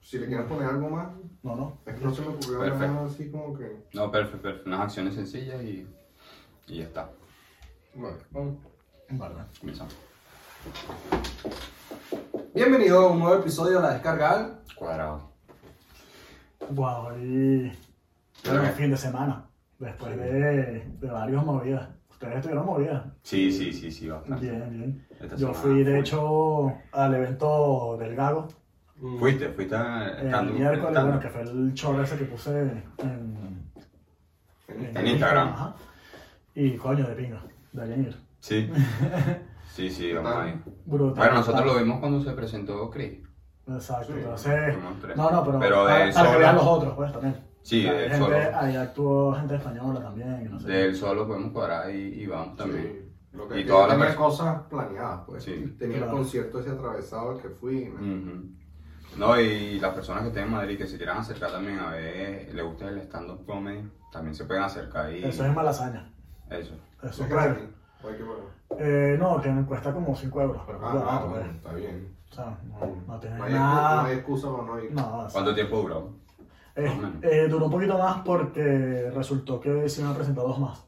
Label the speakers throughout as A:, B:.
A: Si le quieres poner algo más,
B: No, no.
A: es que no se me ocurrió
C: Perfecto.
A: nada así como que.
C: No, perfecto, perfecto. Unas acciones sencillas y, y ya está.
A: Bueno, vamos.
B: Vale.
C: Comenzamos.
B: Bienvenido a un nuevo episodio de La Descarga
C: Cuadrado.
D: Wow, el, el fin de semana. Después de, de varios movidas. Ustedes estuvieron movidas.
C: Sí, sí, sí, sí, bastante.
D: Bien, bien.
C: Esta
D: Yo
C: semana
D: fui,
C: Ah, full.
D: de hecho, al evento del Gago.
A: Mm.
C: Fuiste, fuiste a-
D: El
C: estando-
D: miércoles,
C: estando.
D: bueno, que fue el show ese que puse en,
A: En- este
C: En Instagram.
D: ajá. Y coño, de pinga. Deberían ir.
C: Sí. Sí, sí, vamos ahí.
D: Brutal.
C: Bueno, nosotros lo vimos cuando se presentó Chris.
D: Exacto,
A: Sí,
D: entonces.
C: fuimos tres.
D: Eh, No, no, pero.
C: Pero de
D: para, para que
C: solo.
D: vean los otros, pues también.
C: Sí,
D: Hay
C: él
D: gente-
C: solo.
D: Ahí actuó gente española también, que no sé.
C: De él solo podemos cuadrar y, y vamos también.
A: Sí. Lo que
C: Y
A: y
C: todas las
A: tenía
C: perso-
A: cosas planeadas, pues.
C: Sí.
A: Tenía
D: Claro.
A: el concierto ese atravesado al que fui. ¿no?
C: Ujú. No, y las personas que estén en Madrid que se quieran acercar también a ver, les gusta el stand-up comedy, también se pueden acercar y.
D: Eso es malasaña.
C: Eso.
A: Eso
D: Eso es
A: es
D: claro.
A: gratis. Oye, qué bueno.
D: Eh, no, que me cuesta como 5 euros, pero
A: Ah,
D: es barato,
A: ah,
D: pues.
A: bueno, está bien.
D: O sea, no, no tiene
A: No hay, excu- no hay
D: nada.
A: excusa para no ir.
D: No, o sea,
C: ¿Cuánto tiempo duró?
D: eh,
C: más o menos?
D: eh, duró un poquito más porque resultó que se iban a presentar dos más.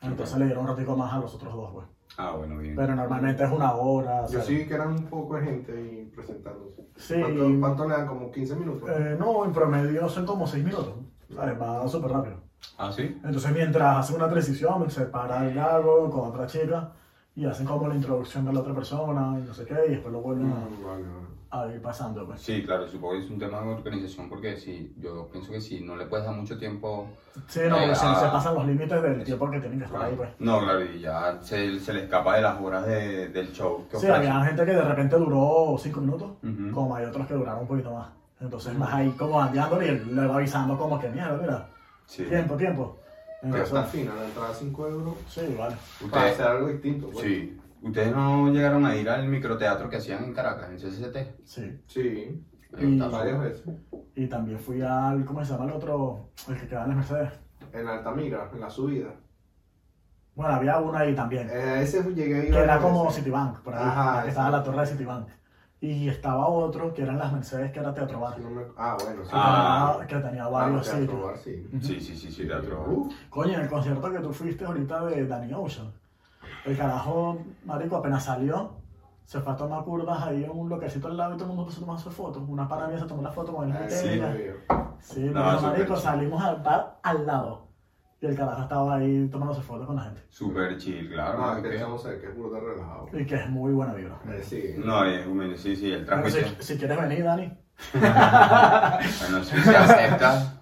D: Entonces le dieron un ratico más a los otros dos, güey.
C: Ah, bueno, bien.
D: Pero normalmente es una hora. o
A: Mm. Yo
D: sea,
A: sí vi que eran un poco de gente ahí presentándose.
D: Sí.
A: ¿Cuánto, cuánto le dan? ¿Como 15 minutos?
D: eh, no, en promedio son como 6 minutos. ¿sabes? Va súper rápido.
C: ¿Ah, sí?
D: Entonces mientras hacen una transición, se para el gago con otra chica y hacen como la introducción de la otra persona y no sé qué, y después lo vuelven a-
A: Mm, vale, vale.
D: a ir pasando, pues.
C: Sí, claro, supongo que es un tema de organización porque si, yo pienso que si no le puedes dar mucho tiempo.
D: Sí, no,
C: Eh,
D: se, se
C: ah.
D: pasan los límites del tiempo que tienen que estar ahí, pues.
C: No, claro, y ya se, se le escapa de las horas de- del show que
D: Sí,
C: ofrece.
D: había gente que de repente duró 5 minutos,
C: Ujú.
D: como hay otros que duraron un poquito más. Entonces, más ahí como andándole y él le va avisando como que mierda, mira,
C: Sí.
D: tiempo, tiempo.
A: Pero está
D: Entonces,
A: fina, la entrada 5 euros.
D: sí, vale.
A: Para
C: Ustedes,
A: hacer algo distinto. pues.
C: sí. Ustedes no llegaron a ir al microteatro que hacían en Caracas, en CCT.
D: Sí.
A: Sí,
D: Y-
C: Está
A: varias
C: solo.
A: veces.
D: Y también fui al, ¿cómo se llama el otro? El que queda en las Mercedes.
A: En Altamira, en la subida.
D: Bueno, había una ahí también,
A: Eh, ese llegué a ir
D: que era
A: varias
D: como
A: veces.
D: Citibank, por ahí,
A: Ajá,
D: la que estaba
A: exacto.
D: la torre de Citibank. Y estaba otro que eran las Mercedes, que era Teatro Bar,
A: No me- Ah, bueno, sí.
C: Ah.
D: que tenía
A: Ah,
D: varios
A: Teatro
D: sitios.
A: Bar, sí.
C: Sí, sí, sí, Mm. sí, teatro.
A: Uf,
D: Coño, en el concierto que tú fuiste ahorita de Danny Ocean. El carajo, marico, apenas salió, se fue a tomar curvas ahí en un localcito al lado y todo el mundo empezó a tomarse fotos. Una pana mía se tomó la foto con el
A: Ah,
D: gente.
A: sí,
C: sí.
D: ella.
A: amigo.
D: Sí,
C: No,
D: pero
C: súper
D: marico,
C: chido.
D: salimos al bar al lado. Y el carajo estaba ahí tomándose fotos con la gente.
C: Super chill, claro.
A: Ah,
C: ¿no?
A: que
C: ¿Qué?
A: estamos cerca, que es burda relajado.
D: Y que es muy buena vibra.
A: Eh, Sí.
C: No, es humilde, sí, sí, el
D: Pero
C: traje.
D: si, si quieres venir, Dani.
C: Bueno, si se acepta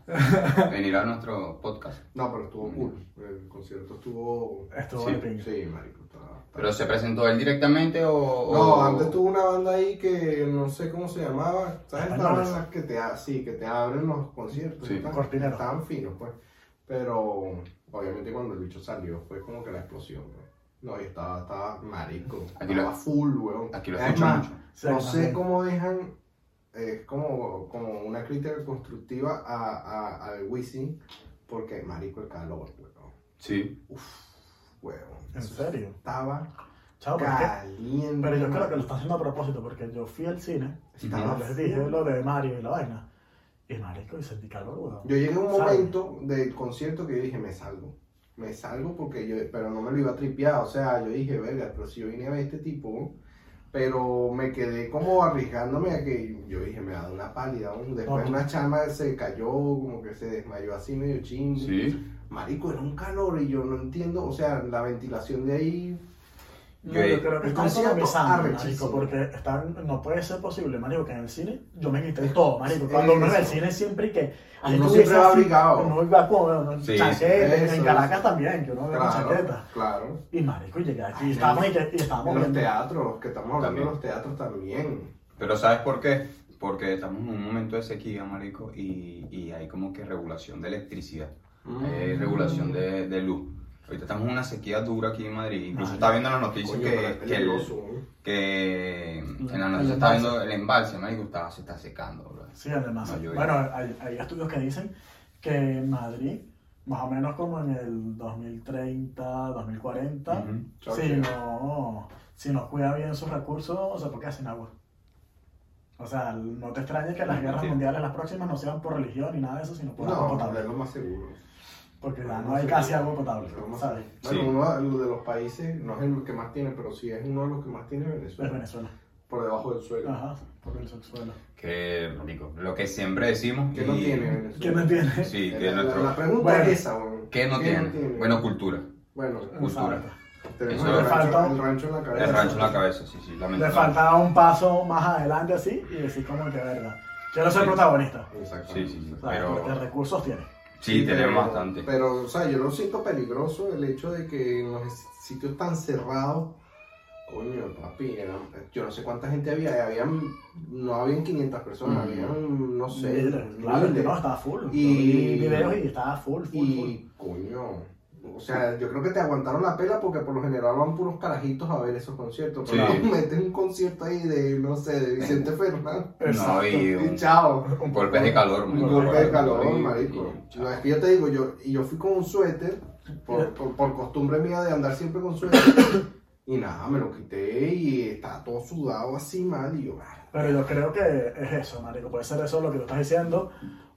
C: venir a nuestro podcast.
A: No, pero estuvo cool. El concierto estuvo.
D: Estuvo
C: Sí,
D: de pinga.
A: Sí, marico, estaba.
C: ¿Pero se presentó él directamente o...?
A: No,
C: o-
A: antes tuvo una banda ahí que no sé cómo se llamaba. ¿Sabes? Estas
D: Españoles.
A: bandas que te, ha- sí, que te abren los conciertos.
C: Sí,
A: y tal.
D: cortinero.
A: Estaban finos, pues. Pero obviamente cuando el bicho salió fue como que la explosión, ¿no? No, y estaba, estaba marico.
C: Aquí lo-
A: estaba full, weón.
C: Aquí lo
A: Es
C: escucho
A: más,
C: mucho.
D: Sí,
A: no
D: más
A: sé
D: bien.
A: cómo dejan, es como, como una crítica constructiva a, a, al Wisin, porque marico el calor, weón.
C: Sí.
A: Weón.
D: En serio.
A: Estaba
D: Chao, ¿por qué?
A: caliente.
D: Pero yo creo que lo están haciendo a propósito, porque yo fui al cine
A: Estaba
D: les dije
A: full.
D: lo de Mario y la vaina. Y marico, y sentí calor, weón.
A: Yo llegué a un
D: ¿Sabes?
A: momento del concierto que yo dije, me salgo. Me salgo porque yo, pero no me lo iba a tripear. O sea, yo dije, verga, pero si yo vine a ver este tipo, pero me quedé como arriesgándome a que yo dije, me ha dado una pálida. un- Después
D: Ajá.
A: una chama se cayó, como que se desmayó así medio ching.
C: Sí.
A: Marico, era un calor y yo no entiendo. O sea, la ventilación de ahí.
D: No,
C: Yo-
D: yo creo
A: el
D: que están
A: concierto
D: economizando,
A: arrechísimo.
D: marico, porque están, no puede ser posible, marico, que en el cine yo me quité todo, marico.
A: es
D: Cuando uno va al
A: eso.
D: cine siempre y que... ahí
A: Uno
D: tú
A: siempre
D: ves
A: va
D: así,
A: abrigado.
D: Uno iba con uno,
C: Sí,
D: chaqueta,
A: eso,
D: en
A: eso.
D: Caracas también, que uno ve con
A: Claro,
D: chaqueta.
A: claro.
D: Y marico, llegué aquí
A: Ay,
D: y estábamos, y, que- y estábamos
A: En los
D: viendo-
A: teatros, que estamos hablando
C: También.
A: de los teatros también.
C: Pero ¿sabes por qué? Porque estamos en un momento de sequía, marico, y, y hay como que regulación de electricidad,
A: Ah.
C: hay regulación de, de luz. Ahorita estamos en una sequía dura aquí en Madrid. Incluso
D: Madre.
C: estaba viendo las noticias
A: Ah, Coño, pero es
C: que, que, el-
A: peligroso, ¿eh? Mm, ¿no?
C: que en las
D: El
C: noticias estaba
D: embalse.
C: viendo el embalse, marico, está, se está secando, bro.
D: Sí, además.
C: No, yo-
D: bueno, hay, hay estudios que dicen que en Madrid, más o menos como en el 2030, 2040,
C: Ujú.
A: Chao, chao.
D: si, no, si no cuida bien sus recursos, o sea, porque hacen agua. O sea, no te extrañes que las guerras
C: Entiendo.
D: mundiales, las próximas, no sean por religión ni nada de eso, sino por agua
A: No, es
D: potable.
A: lo más seguro.
D: Porque ya
A: no
D: no hay
A: sé.
D: casi agua potable,
A: Es lo más
D: ¿sabes?
A: Bueno,
C: Sí.
A: uno de los países, no es el que más tiene, pero sí es uno de los que más tiene
D: Es
A: Venezuela.
D: Venezuela.
A: Por debajo del suelo.
D: Ajá, por el subsuelo.
C: Que, marico, lo que siempre
D: Ah,
C: decimos.
A: ¿Qué no
C: y-
A: tiene Venezuela?
D: ¿Qué me entiendes?
C: Sí, que
A: la,
C: es
A: la-
C: nuestro.
A: la pregunta
D: Bueno.
A: es esa, weón.
C: ¿Qué no tiene? Bueno, cultura.
A: Bueno,
C: Cultura.
D: Exacto.
A: tenemos
C: eso
A: el
D: le
A: rancho,
D: falta-
A: el rancho en la cabeza.
C: El rancho en la cabeza, sí, sí,
D: Le
C: lamentablemente.
D: faltaba un paso más adelante así y decir como que verdad. Quiero ser
C: Sí.
D: protagonista.
A: Exacto.
C: Sí, sí, sí.
D: ¿sabes? Porque
C: Pero
D: recursos tiene.
C: sí, tenemos
A: pero-
C: bastante.
A: Pero, o sea, yo lo siento peligroso el hecho de que en los sitios tan cerrados, coño, papi, eran- yo no sé cuánta gente había, habían, no habían 500 personas,
C: Mm.
A: habían, no sé,
D: Miles, claro,
A: miles.
D: no, estaba full.
A: Y-
D: Y videos y estaba full, full, full.
A: Y, coño, o sea, yo creo que te aguantaron la pela porque por lo general van puros carajitos a ver esos conciertos, pero
C: Sí.
A: meten un concierto ahí de, no sé, de Vicente Fernández,
C: No
D: Exacto.
C: había
A: y
C: un
A: chao.
C: golpe de calor,
A: Un
C: marico.
A: golpe de
C: Y-
A: calor,
C: y-
A: marico.
C: y-
A: No, es que yo te digo, yo, y yo fui con un suéter, por, por, por costumbre mía de andar siempre con suéter, y nada, me lo quité y estaba todo sudado así mal, y yo, "Ah".
D: Pero yo creo que es eso, marico. Puede ser eso lo que tú estás diciendo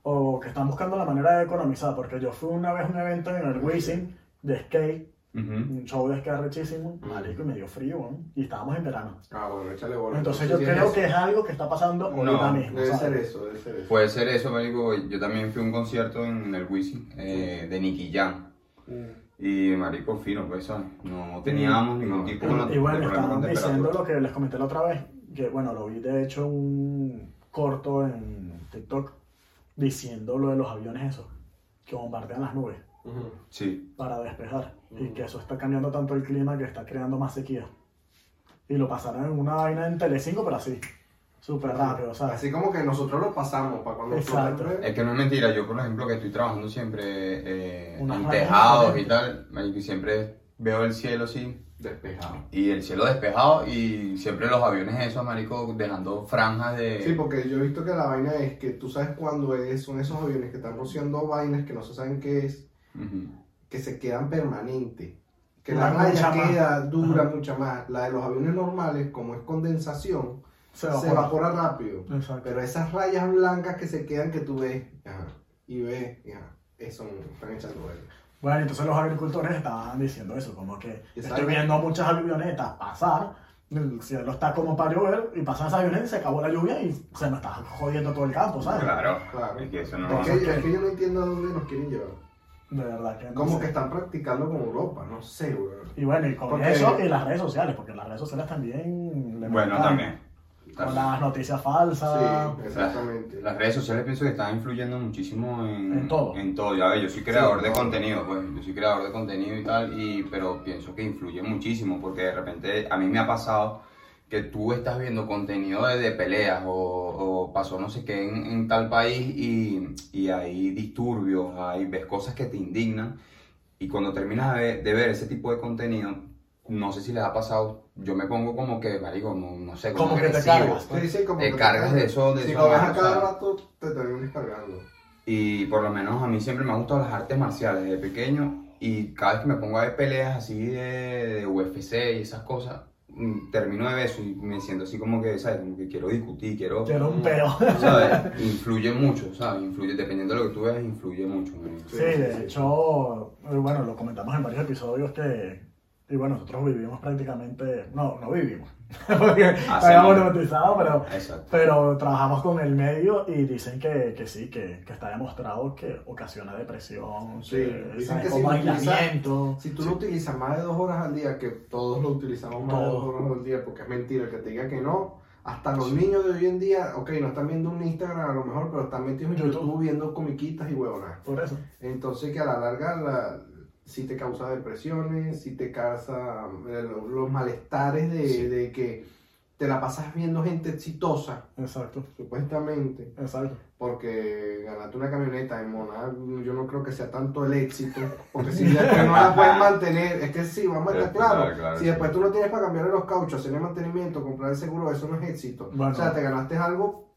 D: o que están buscando la manera de economizar. Porque yo fui una vez a un evento en el Wizzing de skate,
C: Ujú.
D: un show de skate rechísimo, marico, y me dio frío, weón, y estábamos en verano.
A: ah, bueno, échale bola.
D: Entonces yo
A: sí
D: creo
A: es
D: que es algo que está pasando
C: No,
D: ahorita
A: eso.
D: mismo.
A: Debe ser
D: ¿sabes?
A: eso, debe ser eso.
C: Puede ser eso, marico. Yo también fui a un concierto en el Wisin eh, de Nicky Jam.
A: Mm.
C: Y marico fino, pues, ¿sabes? No teníamos ningún tipo
D: Y, y
C: de
D: bueno,
C: problema con
D: estaban diciendo
C: temperatura.
D: lo que les comenté la otra vez, que bueno, lo vi de hecho un corto en TikTok diciendo lo de los aviones esos, que bombardean las nubes
A: Ujú.
C: Sí,
D: para despejar, y
A: Mm.
D: que eso está cambiando tanto el clima que está creando más sequía. Y lo pasaron en una vaina en Telecinco, pero así, súper rápido, ¿sabes?
A: Así como que nosotros lo pasamos para cuando
D: Exacto.
A: explote,
C: es que no es mentira. Yo, por ejemplo, que estoy trabajando siempre eh,
D: Unas
C: en
D: vainas
C: tejados y
D: diferentes.
C: tal, marico, y siempre veo el cielo así.
A: despejado.
C: Y el cielo despejado y siempre los aviones esos, marico, dejando franjas de...
A: Sí, porque yo he visto que la vaina es que tú sabes cuándo es, son esos aviones que están rociando vainas que no se saben qué es,
C: Ujú.
A: que se quedan permanentes. Que
D: Dura
A: la raya
D: mucha más.
A: queda dura
D: Ajá.
A: mucha más. La de los aviones normales, como es condensación, se
D: Se evapora.
A: evapora rápido.
D: Exacto.
A: Pero esas rayas blancas que se quedan que tú ves, ajá, y ves, y ajá, eso no, están echando verga.
D: Bueno, entonces los agricultores estaban diciendo eso, como que
A: Exacto.
D: estoy viendo muchas avionetas pasar, el cielo está como para llover, y pasan esas avionetas, se acabó la lluvia y se me está jodiendo todo el campo, ¿sabes?
C: Claro,
A: Claro.
C: es que eso no...
A: es, que, es que yo no entiendo a dónde nos quieren llevar.
D: De verdad que no
A: Como
D: sé.
A: que están practicando con Europa, no sé, weón.
D: Y bueno, y con
A: Porque-
D: eso y las redes sociales, porque las redes sociales también... le
C: Bueno,
D: meten-
C: también.
D: Con
C: También.
D: las noticias falsas.
A: Sí, exactamente.
C: Las redes sociales pienso que están influyendo muchísimo en,
D: En todo.
C: En todo. Ya ves, yo soy creador
A: Sí,
C: de
A: todo.
C: contenido, pues. Yo soy creador de contenido y tal, y, pero pienso que influye muchísimo porque de repente a mí me ha pasado que tú estás viendo contenido de, de peleas o, o pasó no sé qué en, en tal país y, y hay disturbios, hay, ves cosas que te indignan y cuando terminas de, de ver ese tipo de contenido, no sé si les ha pasado, yo me pongo como que, marico, no, no sé,
D: Como que te
C: agresivo.
D: cargas.
A: Sí, sí, como
C: pues. Te
A: que
C: cargas de eso, de
A: Si
C: eso,
A: lo ves a
C: o sea.
A: cada rato, te terminas cargando.
C: Y por lo menos a mí siempre me han gustado las artes marciales desde pequeño. Y cada vez que me pongo a ver peleas así de, de UFC y esas cosas, mm, termino de ver eso y me siento así como que, ¿sabes? Como que quiero discutir, quiero.
D: Pero
A: Mm.
D: un peo.
C: ¿Sabes? Influye mucho, ¿sabes? Influye, dependiendo de lo que tú veas, influye mucho. marico.
A: Sí,
D: Sí,
A: sí.
D: de hecho, eh, bueno, lo comentamos en varios episodios que, y bueno, nosotros vivimos prácticamente, no, no vivimos, porque
A: Ah,
D: habíamos monetizado, pero,
C: Exacto.
D: pero trabajamos con el medio y dicen que, que sí, que, que está demostrado que ocasiona depresión,
A: Sí,
D: que,
A: dicen
D: ¿sabes?
A: que
D: como
A: si lo utilizas-
D: aislamiento.
A: Si tú lo utilizas más de dos horas al día, que todos lo utilizamos más de dos
D: Todos.
A: horas al día, porque es mentira que te diga que no. Hasta los niños de hoy en día, ok, no están viendo un Instagram a lo mejor, pero están metidos en
D: YouTube.
A: YouTube viendo comiquitas y huevonas.
D: Por eso.
A: Entonces que a la larga la, sí te causa depresiones, sí te causa eh, lo- los malestares de,
C: Sí.
A: de que te la pasas viendo gente exitosa,
D: Exacto,
A: supuestamente.
D: exacto.
A: Porque ganarte una camioneta en Mona, yo no creo que sea tanto el éxito. Porque si después no la puedes mantener, es que sí, vamos a estar
C: Sí, claro,
A: claros.
C: claro,
A: si
C: sí.
A: después tú no tienes para cambiarle los cauchos, hacerle mantenimiento, comprar el seguro, eso no es éxito.
D: Bueno.
A: O sea, te ganaste algo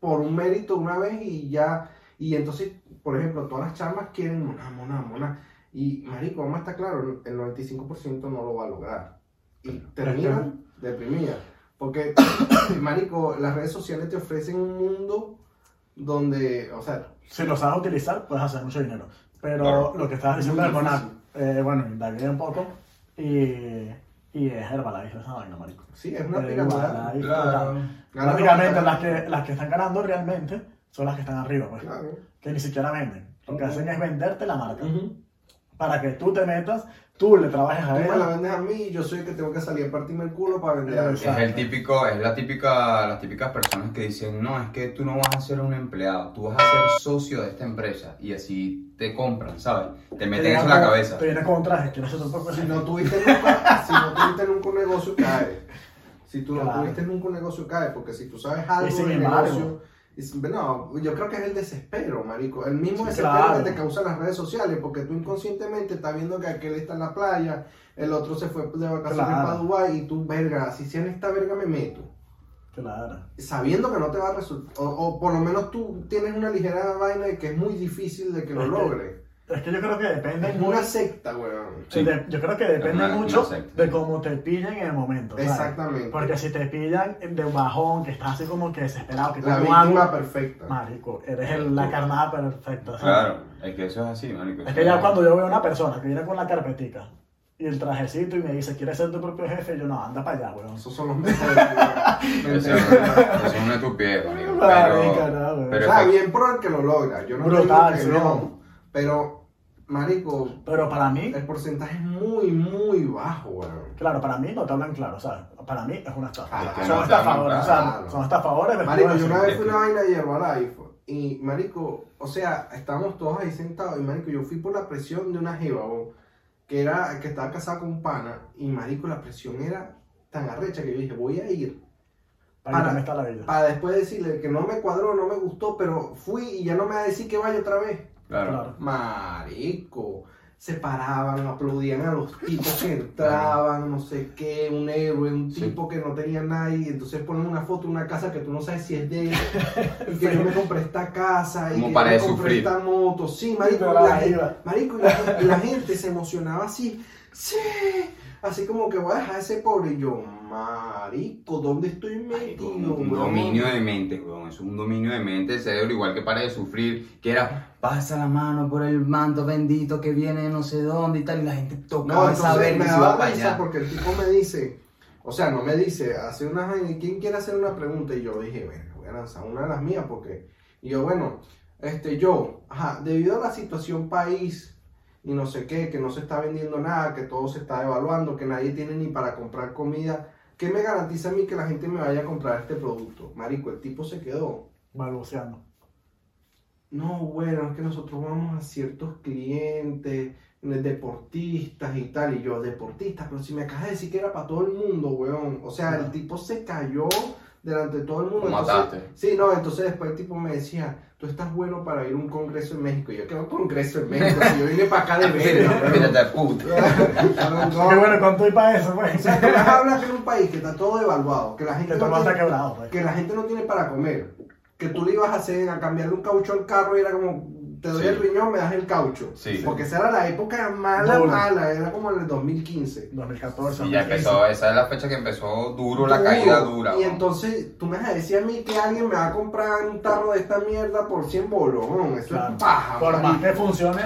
A: por un mérito una vez y ya. Y entonces, por ejemplo, todas las chamas quieren Mona, Mona, Mona. Y marico, vamos a estar claros, el 95% no lo va a lograr. Y terminan deprimidas. Porque, marico, las redes sociales te ofrecen un mundo donde, o sea,
D: Si lo sabes utilizar, puedes hacer mucho dinero. Pero
C: Claro.
D: lo que estabas diciendo
A: Muy
D: del Monarch,
A: difícil.
D: eh, bueno, indagué un poco y, y es Herbalife esa vaina, marico.
A: sí, es una
D: Pero
A: piramidal.
D: Herbalife,
B: Claro.
D: total.
A: Ganan los
D: Prácticamente las
A: capitales.
D: que, las que están ganando realmente son las que están arriba, pues,
A: Claro.
D: que ni siquiera venden. Lo que hacen es venderte la marca.
A: Ujú.
D: Para que tú te metas, tú le trabajes
A: Tú
D: a
A: me la
D: ella.
A: vendes a mí y yo soy el que tengo que salir a partirme el culo para vender a
D: Exacto.
C: Es el típico, es la típica, las típicas personas que dicen, no, es que tú no vas a ser un empleado, tú vas a ser socio de esta empresa y así te compran, ¿sabes? Te
D: te
C: meten
D: viene
C: eso en la
D: con-
C: cabeza.
D: Te viene con un traje, que no sé tampoco
A: Si no tuviste nunca, si no tuviste nunca un negocio, cae. Si tú no
D: Claro.
A: tuviste nunca un negocio, cae. Porque si tú sabes algo
D: Y sin
A: del
D: embargo.
A: negocio. y sin- No, yo creo que es el desespero, marico. El mismo
D: Sí,
A: desespero
D: claro.
A: que te causan las redes sociales, porque tú inconscientemente estás viendo que aquel está en la playa, el otro se fue de vacaciones
D: Claro.
A: para Dubái y tú, verga, si sea en esta verga me meto.
D: Claro.
A: Sabiendo que no te va a resultar, o, o por lo menos tú tienes una ligera vaina de que es muy difícil de que lo
D: Es que-
A: logre.
D: Este, Es que yo creo que depende
A: Es
D: mucho.
A: una secta, weón.
C: Sí.
D: de- yo creo que depende
C: Es una-
D: mucho
C: una secta.
D: de cómo te pillan en el momento. ¿sabes?
A: Exactamente.
D: Porque si te pillan de un bajón, que estás así como que desesperado, que
A: La
D: tú no hago,
A: víctima perfecta.
D: Marico, eres el- la carnada perfecta. ¿sabes?
C: Claro, es que eso es así, marico.
D: Es que ya cuando yo veo a una persona que viene con la carpetica y el trajecito y me dice, ¿quieres ser tu propio jefe? Yo no, anda para allá, weón.
A: Esos son los mejores. weón.
C: Eso, eso es una estupidez, marico.
D: Marica,
C: Pero,
D: no, güey.
A: O
C: pero pues,
A: sea,
C: efect-
A: Ah, bien por el que lo logra. Yo no
D: Brutal,
A: digo
D: sí,
A: que
D: no.
A: no. Pero, marico,
D: Pero para mí,
A: el porcentaje es muy, muy bajo, weón.
D: claro, para mí no te hablan claro, ¿sabes? Para mí es una estafa.
A: Ah,
D: son
C: no te
D: estafadores,
C: hablan
D: o sea,
A: claro.
D: son estafadores. me
A: Marico,
D: puedo
A: yo una
D: decir.
A: vez fui a una vaina de Herbalife y, marico, o sea, estábamos todos ahí sentados y, marico, yo fui por la presión de una jeva, weón, que era, que estaba casada con un pana y, marico, la presión era tan arrecha que yo dije, voy a ir
D: Para mí
A: para-
D: me está la vida.
A: para después decirle que no me cuadró, no me gustó, pero fui y ya no me va a decir que vaya otra vez.
C: claro.
D: Claro.
A: Marico. Se paraban, aplaudían a los tipos que entraban, no sé qué, un héroe, un
C: Sí.
A: tipo que no tenía nadie. Entonces ponen una foto de una casa que tú no sabes si es de él. y que yo me compré esta casa. y
C: Como
A: que
C: para
A: yo
C: de
A: me compré
C: sufrir.
A: esta moto. Sí, marico.
D: Pero
A: y la
D: ahí
A: gente-
D: va.
A: marico, y la, y la gente se emocionaba así. Sí. Así como que voy a dejar a ese pobre. Y yo, marico, ¿dónde estoy metido?
C: Un, un
A: weón?
C: dominio de mente, weón. Es un dominio de mente, cerebro, igual que para de sufrir, que era pasa la mano por el manto bendito que viene de no sé dónde y tal, y la gente
A: No,
C: tocaba
A: entonces
C: esa verga
A: me
C: y se iba
A: daba
C: para
A: risa
C: allá.
A: porque el tipo me dice, o sea, no me dice, hace una, ¿quién quiere hacer una pregunta? Y yo dije, bueno, voy a lanzar una de las mías porque, y yo, bueno, este, yo, ajá, debido a la situación país y no sé qué, que no se está vendiendo nada, que todo se está devaluando, que nadie tiene ni para comprar comida, ¿qué me garantiza a mí que la gente me vaya a comprar este producto? Marico, el tipo se quedó.
D: Balbuceando.
A: No, bueno, es que nosotros vamos a ciertos clientes, eh, deportistas y tal, y yo, deportistas, pero si me acabas de decir que era para todo el mundo, weón. O sea, el
D: Claro.
A: tipo se cayó delante de todo el mundo.
C: Lo
A: entonces-
C: mataste.
A: Sí, no, entonces después el tipo me decía, tú estás bueno para ir a un congreso en México. Y yo, ¿qué congreso en México? Si yo vine para acá
C: Ah,
A: de verga, weón.
C: Fíjate, puta.
A: No, no.
D: Qué bueno, ¿cuánto hay para eso,
A: O
D: pues?
A: sea, tú vas a hablar que en un país que está todo devaluado, que la gente
D: Te
A: no
D: tomaste
A: tiene-
D: quebrado, pues.
A: que la gente no tiene para comer, que tú le ibas a hacer a cambiarle un caucho al carro y era como te doy
C: Sí.
A: el riñón, me das el caucho.
C: Sí.
A: Porque esa era la época mala,
D: Duro.
A: mala, era como en el 2015.
D: 2014.
C: Y ya
D: 2015.
C: empezó, esa es la fecha que empezó duro la
A: Duro.
C: caída dura.
A: Y
C: weón.
A: entonces tú me vas a decir a mí que alguien me va a comprar un tarro de esta mierda por 100 bolos. weón. Eso
D: Claro.
A: es paja.
D: Por más
A: marico.
D: que funcione,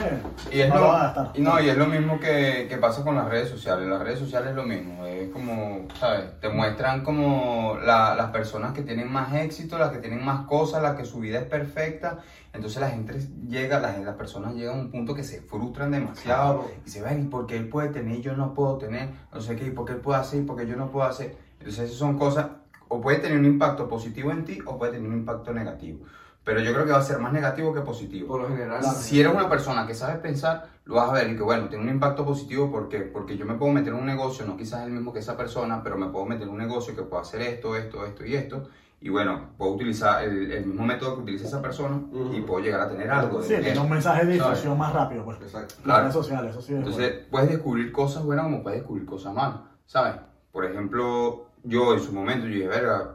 C: Y es
D: no
C: lo,
D: lo vas a gastar.
C: y no, y es lo mismo que, que pasa con las redes sociales. Las redes sociales es lo mismo. Es como, ¿sabes? Te muestran como la- las personas que tienen más éxito, las que tienen más cosas, las que su vida es perfecta. Entonces la gente llega, las, las personas llegan a un punto que se frustran demasiado
A: Claro.
C: y se ven, ¿y por qué él puede tener y yo no puedo tener? No sé qué, ¿y por qué él puede hacer y por qué yo no puedo hacer? Entonces esas son cosas, o puede tener un impacto positivo en ti o puede tener un impacto negativo. Pero yo creo que va a ser más negativo que positivo.
A: Por lo general.
D: Claro.
C: Si eres una persona que sabe pensar, lo vas a ver y que bueno, tiene un impacto positivo porque porque yo me puedo meter en un negocio, no quizás el mismo que esa persona, pero me puedo meter en un negocio que pueda hacer esto, esto, esto y esto. Y bueno, puedo utilizar el, el mismo método que utiliza esa persona y
A: Ujú.
C: puedo llegar a tener algo. de
D: sí, tiene
C: eso.
D: un mensaje de
C: ¿sabes?
D: difusión más rápido, pues.
A: Exacto.
C: Claro.
D: Las redes sociales, eso sí. es bueno.
C: Entonces, puedes descubrir cosas buenas como puedes descubrir cosas malas, ¿sabes? Por ejemplo, yo en su momento, yo dije, verga,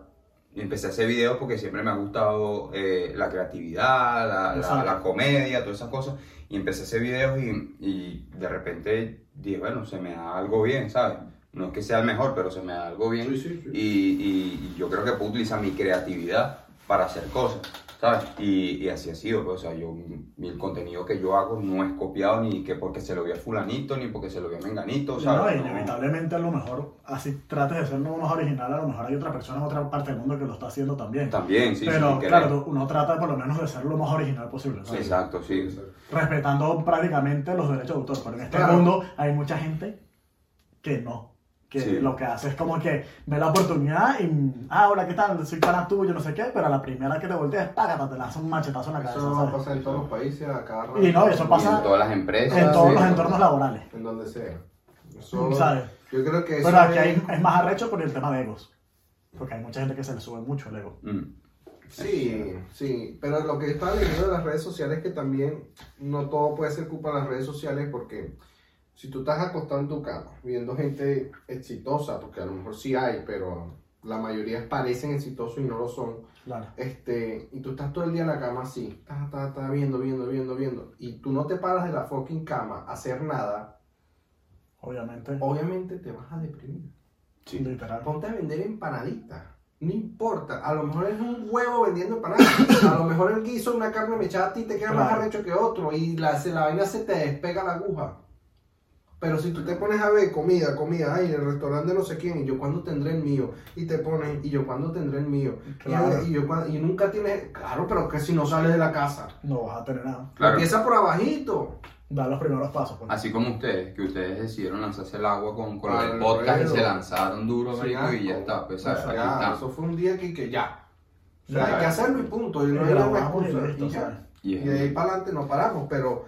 C: y empecé a hacer videos porque siempre me ha gustado eh, la creatividad, la, la,
D: Exacto.
C: la comedia, todas esas cosas. Y empecé a hacer videos y, y de repente dije, bueno, se me da algo bien, ¿sabes? No es que sea el mejor, pero se me da algo bien.
A: Sí, sí, sí.
C: Y, y yo creo que puedo utilizar mi creatividad para hacer cosas, ¿sabes? Y, y así ha sido, pues, o sea, yo, mi- el contenido que yo hago no es copiado ni que porque se lo vi a fulanito, ni porque se lo vi a menganito,
D: No,
C: ¿sabes?
D: y
C: No.
D: inevitablemente a lo mejor, así trates de ser uno más original, a lo mejor hay otra persona en otra parte del mundo que lo está haciendo también.
C: También, sí,
D: Pero
C: sí, que-
D: claro, tú- uno trata por lo menos de ser lo más original posible. ¿no?
C: Exacto, sí.
D: Respetando prácticamente los derechos de autor. Pero en este
A: Claro.
D: mundo hay mucha gente que no. Que
C: Sí.
D: lo que hace es como que ve la oportunidad y, mm, ah, hola, ¿qué tal? Soy pana tuyo, no sé qué, pero a la primera que te volteas, págate, te lanza un machetazo en la cabeza.
A: Eso
D: ¿sabes?
A: pasa en todos los países, a cada rato.
D: Y no, eso
C: Y
D: pasa-
C: en todas las empresas.
D: En todos
C: sí.
D: los entornos laborales.
A: En donde sea. Eso-
D: ¿Sabes?
A: Yo creo que eso
D: Pero aquí
A: es-
D: hay- es más arrecho por el tema de egos. Porque hay mucha gente que se le sube mucho el ego.
C: Mm,
A: Sí, sí, pero lo que estaba leyendo de las redes sociales es que también no todo puede ser culpa de las redes sociales porque si tú estás acostado en tu cama viendo gente exitosa, porque a lo mejor sí hay, pero la mayoría parecen exitosos y no lo son,
D: Claro.
A: este, y tú estás todo el día en la cama así, ta, ta, ta, viendo, viendo, viendo, viendo, y tú no te paras de la fucking cama a hacer nada,
D: Obviamente.
A: Oh, obviamente te vas a deprimir.
C: sí.
D: Literal. pues,
A: Ponte a vender empanaditas. No importa, a lo mejor es un huevo vendiendo empanaditas, a lo mejor el guiso de una carne mechada a ti te queda más
D: Claro.
A: arrecho que otro y la, se, la vaina se te despega la aguja. Pero si tú te pones a ver comida, comida, ay, el restaurante no sé quién, y yo cuándo tendré el mío, y te pones, y yo cuándo tendré el mío, Y-
D: Claro.
A: y, yo cuándo- y nunca tienes, claro, pero que si no sales de la casa,
D: No vas a tener nada.
C: Claro.
A: empieza por abajito.
D: Da los primeros pasos. pues.
C: Así como ustedes, que ustedes decidieron lanzarse el agua con, con lo
A: Ah,
C: del
A: el
C: podcast y
A: rollo.
C: se lanzaron duro,
A: Sí,
C: marico, y ya
A: asco.
C: está. Pues, ¿sabes? Aquí
A: Ya,
C: está.
A: eso fue un día que, que ya. O sea,
C: Ya.
A: hay que hacerlo y punto, y
D: Y
A: no hay ninguna
D: grabamos y
A: excusa,
D: listo,
A: pues, y ya.
D: ¿sabes?
C: Y
A: Y
C: es-
A: de ahí para adelante no paramos, pero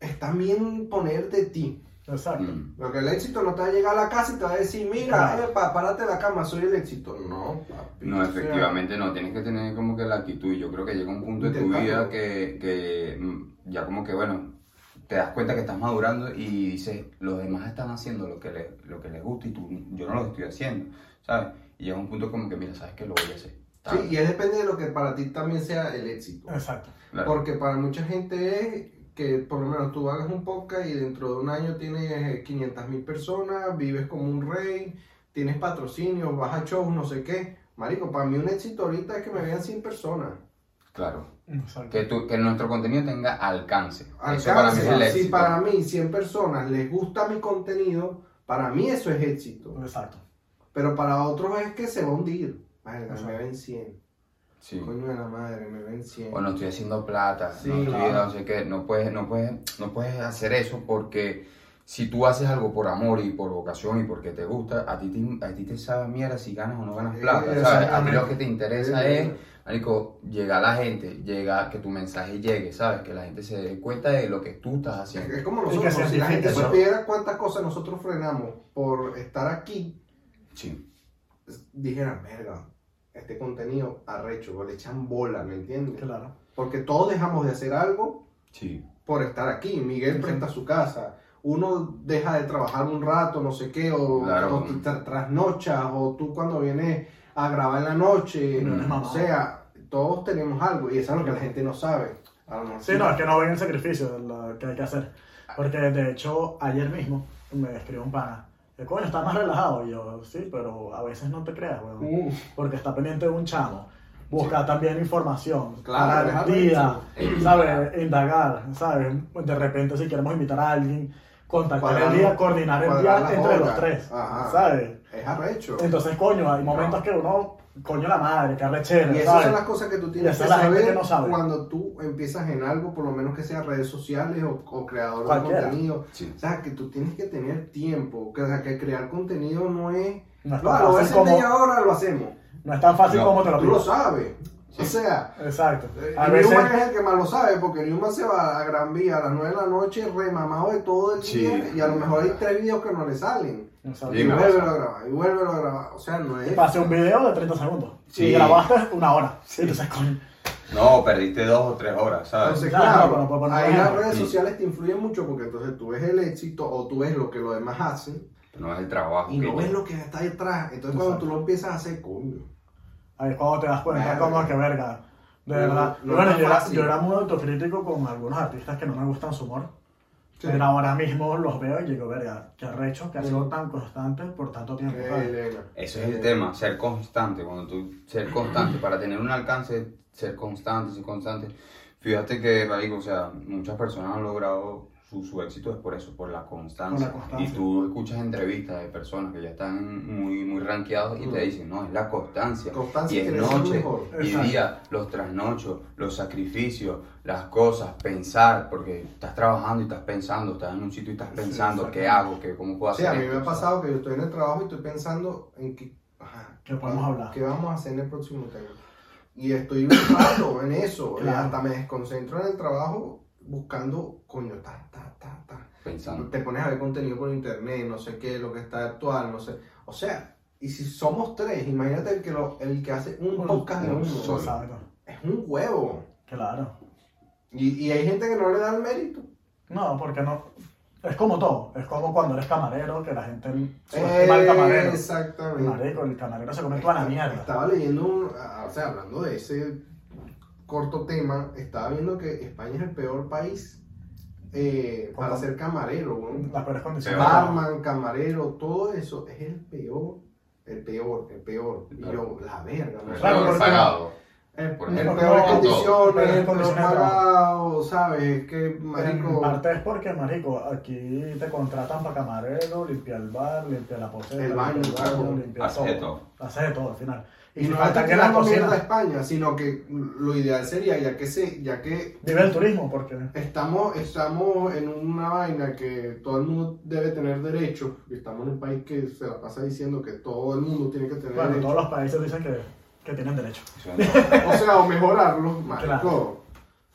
A: está bien poner de ti.
D: Exacto.
C: Mm.
A: Porque el éxito no te va a llegar a la casa y te va a decir, mira,
D: Claro.
A: epa, párate de la cama, soy el éxito. No, papi.
C: No,
A: o sea,
C: efectivamente no, tienes que tener como que la actitud. Yo creo que llega un punto de tu
A: Intentarlo.
C: vida que, que mm, ya como que, bueno, te das cuenta que estás madurando y dices, los demás están haciendo lo que, le- lo que les gusta y tú, yo no lo estoy haciendo, ¿sabes? Y llega un punto como que, mira, ¿sabes que Lo voy a hacer. Tal.
A: Sí, y es depende de lo que para ti también sea el éxito.
D: Exacto.
C: Claro.
A: Porque para mucha gente es que por lo menos tú hagas un podcast y dentro de un año tienes 500 mil personas, vives como un rey, tienes patrocinios, vas a shows, no sé qué. Marico, para mí un éxito ahorita es que me vean 100 personas.
C: Claro.
D: Exacto.
C: Que, tu- que nuestro contenido tenga alcance.
A: alcance.
C: Eso para mí es el
A: Si
C: éxito.
A: para mí 100 personas les gusta mi contenido, para mí eso es éxito.
D: Exacto.
A: Pero para otros es que se va a hundir. Verga,
D: Ajá.
A: me ven 100.
C: Sí.
A: Coño de la madre, me ven 100.
C: o no estoy haciendo plata,
A: Sí,
C: no estoy,
A: claro.
C: no sé qué, no puedes, no puedes, no puedes hacer eso porque si tú haces algo por amor y por vocación y porque te gusta, a ti te, a ti te sabe a mierda si ganas o no ganas
A: Eh,
C: plata, ¿sabes? A ti
A: exactamente.
C: lo que te interesa
A: Eh,
C: es, marico, llegar a la gente, llegar, que tu mensaje llegue, ¿sabes? Que la gente se dé cuenta de lo que tú estás haciendo.
A: Es como
D: Y que
A: nosotros,
D: se
A: si la gente
D: identifique, ¿no?
A: supiera cuántas cosas nosotros frenamos por estar aquí,
C: Sí,
A: dijeran, verga, este contenido arrecho, o le echan bola, ¿me entiendes?
D: Claro.
A: Porque todos dejamos de hacer algo
C: sí,
A: por estar aquí. Miguel presta su casa. Uno deja de trabajar un rato, no sé qué, o,
C: Claro.
A: o tú tra- trasnochas, o tú cuando vienes a grabar en la noche.
D: No eres
A: o
D: mamá.
A: sea, todos tenemos algo y eso es lo que la gente no sabe. A lo mejor
D: Sí, no, es que no ven el sacrificio de lo que hay que hacer. Porque de hecho, ayer mismo me escribió un pana. que, Coño, estás más relajado. Y yo, sí, pero a veces no te creas, weón.
A: Uh,
D: Porque está pendiente de un chamo. Busca también información.
A: Claro,
D: Claro.
A: dejarlo
D: Día,
C: hecho.
D: ¿sabes? Indagar, ¿sabes? De repente, si queremos invitar a alguien, contactar
A: Cuadrar-
D: el día, coordinar el
A: cuadrar
D: día
A: las
D: entre los
A: horas.
D: tres.
A: Ajá.
D: ¿Sabes?
A: es arrecho.
D: Entonces, coño, hay momentos que uno, coño la madre, que arrechera,
A: Y esas
D: ¿sabes?
A: son las cosas que tú
D: Y
A: tienes que
D: esa es la gente
A: saber,
D: que no sabe.
A: cuando tú empiezas en algo, por lo menos que sea redes sociales o, o creador
D: Cualquiera.
A: de contenido.
C: sí.
A: O sea, que tú tienes que tener tiempo, que, o sea, que crear contenido no es...
D: No es
A: No,
D: tan
A: lo
D: fácil
A: ves en
D: como,
A: media hora, lo hacemos.
D: no es tan fácil
C: No,
D: como te lo
A: Tú lo
D: pido.
A: sabes. O sea,
D: Exacto.
A: eh,
D: A
A: Newman
D: veces,
A: es el que más lo sabe, porque Newman se va a Gran Vía a las 9 de la noche remamado de todo el
C: Sí.
A: día y a lo mejor hay tres videos que no le salen.
D: Exacto.
A: Y
C: Sí, me
A: vuelve
C: pasa.
A: a grabar, y vuelve a grabar. O sea, no es...
D: pasé un video de 30 segundos.
C: Sí.
D: Y grabaste una hora. Entonces, coño,
C: No, perdiste dos o tres horas, ¿sabes?
A: Entonces,
D: Claro,
A: claro,
D: pero por poner
A: ahí
D: un
A: las
D: ejemplo.
A: redes
C: Sí.
A: sociales te influyen mucho porque entonces tú ves el éxito o tú ves lo que los demás hacen
C: No es el trabajo.
A: y
C: que
A: no
C: te-
A: ves lo que está detrás. Entonces, cuando tú lo empiezas a hacer, coño.
D: ahí es cuando te das cuenta,
A: Verga.
D: como que verga. De
A: No,
D: verdad.
A: no
D: Y bueno,
A: es
D: yo era,
A: fácil.
D: yo era muy autocrítico con algunos artistas que no me gustan su humor.
A: Sí.
D: Pero ahora mismo los veo y digo, verga, qué arrecho que ha sido tan constante por tanto tiempo.
A: Qué
D: ¿sabes?
A: verga.
C: Eso es el tema, ser constante. Cuando tú, ser constante, para tener un alcance, ser constante, ser constante. Fíjate que, marico, o sea, muchas personas han logrado su, su éxito es por eso, por la constancia.
D: Por la constancia.
C: Y tú escuchas entrevistas de personas que ya están muy, muy rankeados y te dicen, no, es la constancia.
A: Constancia
C: y es
A: quiere decir
C: noche,
A: mejor.
C: y
D: Exacto.
C: día, los trasnochos, los sacrificios, las cosas, pensar, porque estás trabajando y estás pensando, estás en un sitio y estás pensando, ¿qué hago? ¿Qué, ¿Cómo puedo
A: Sí,
C: hacer
A: a mí me
C: esto?
A: ha pasado que yo estoy en el trabajo y estoy pensando en qué, ajá,
D: ¿Qué podemos hablar?
A: qué vamos a hacer en el próximo tema. Y estoy un rato en eso. y
D: Claro.
A: hasta me desconcentro en el trabajo buscando, coño, ta, ta, ta, ta.
C: Pensando.
A: Te pones a ver contenido por internet, no sé qué, lo que está actual, no sé. O sea, y si somos tres, imagínate el que, lo- el que hace un
D: Un-
A: podcast de
C: un
A: uno.
C: solo.
D: Exacto.
A: Es un huevo.
D: Pues, Claro.
A: Y, y hay gente que no le da el mérito.
D: No, porque no. Es como todo. Es como cuando eres camarero, que la gente
A: Eh,
D: subestima al camarero.
A: Exactamente.
D: Marico, el camarero se come toda la mierda.
A: Estaba leyendo, un- ah, o sea, hablando de ese corto tema, estaba viendo que España es el peor país eh, para
D: ¿Cómo?
A: ser camarero, weón.
D: Las peores condiciones.
C: Peor.
A: Barman, camarero, todo eso es el peor, el peor, el peor. Y yo, la verga, ¿no?
D: Claro,
C: Peor
D: porque-
C: pagado.
A: El,
C: Por
A: el
C: ejemplo,
A: peor
C: no,
A: condiciones,
D: peor
A: el peor
D: condiciones de
A: pagado, ¿sabes? Que
D: En
A: marico,
D: parte es porque, marico, aquí te contratan para camarero, limpiar el bar, limpiar la poseta,
A: El baño,
D: limpiar
A: claro.
D: limpiar
C: Haces de
D: Haces de todo al final. Y,
A: y
D: si
A: no
D: falta
A: es
D: que la
A: tirando mierda a
D: cocina,
A: España, sino que lo ideal sería, ya que se, ya que
D: vive el turismo, porque
A: Estamos, estamos en una vaina que todo el mundo debe tener derecho. y Estamos en un país que se la pasa diciendo que todo el mundo tiene que tener
D: bueno,
A: derecho.
D: todos los países dicen que, que tienen derecho.
C: Eso no.
A: O sea, o mejorarlo, marico.
D: Claro.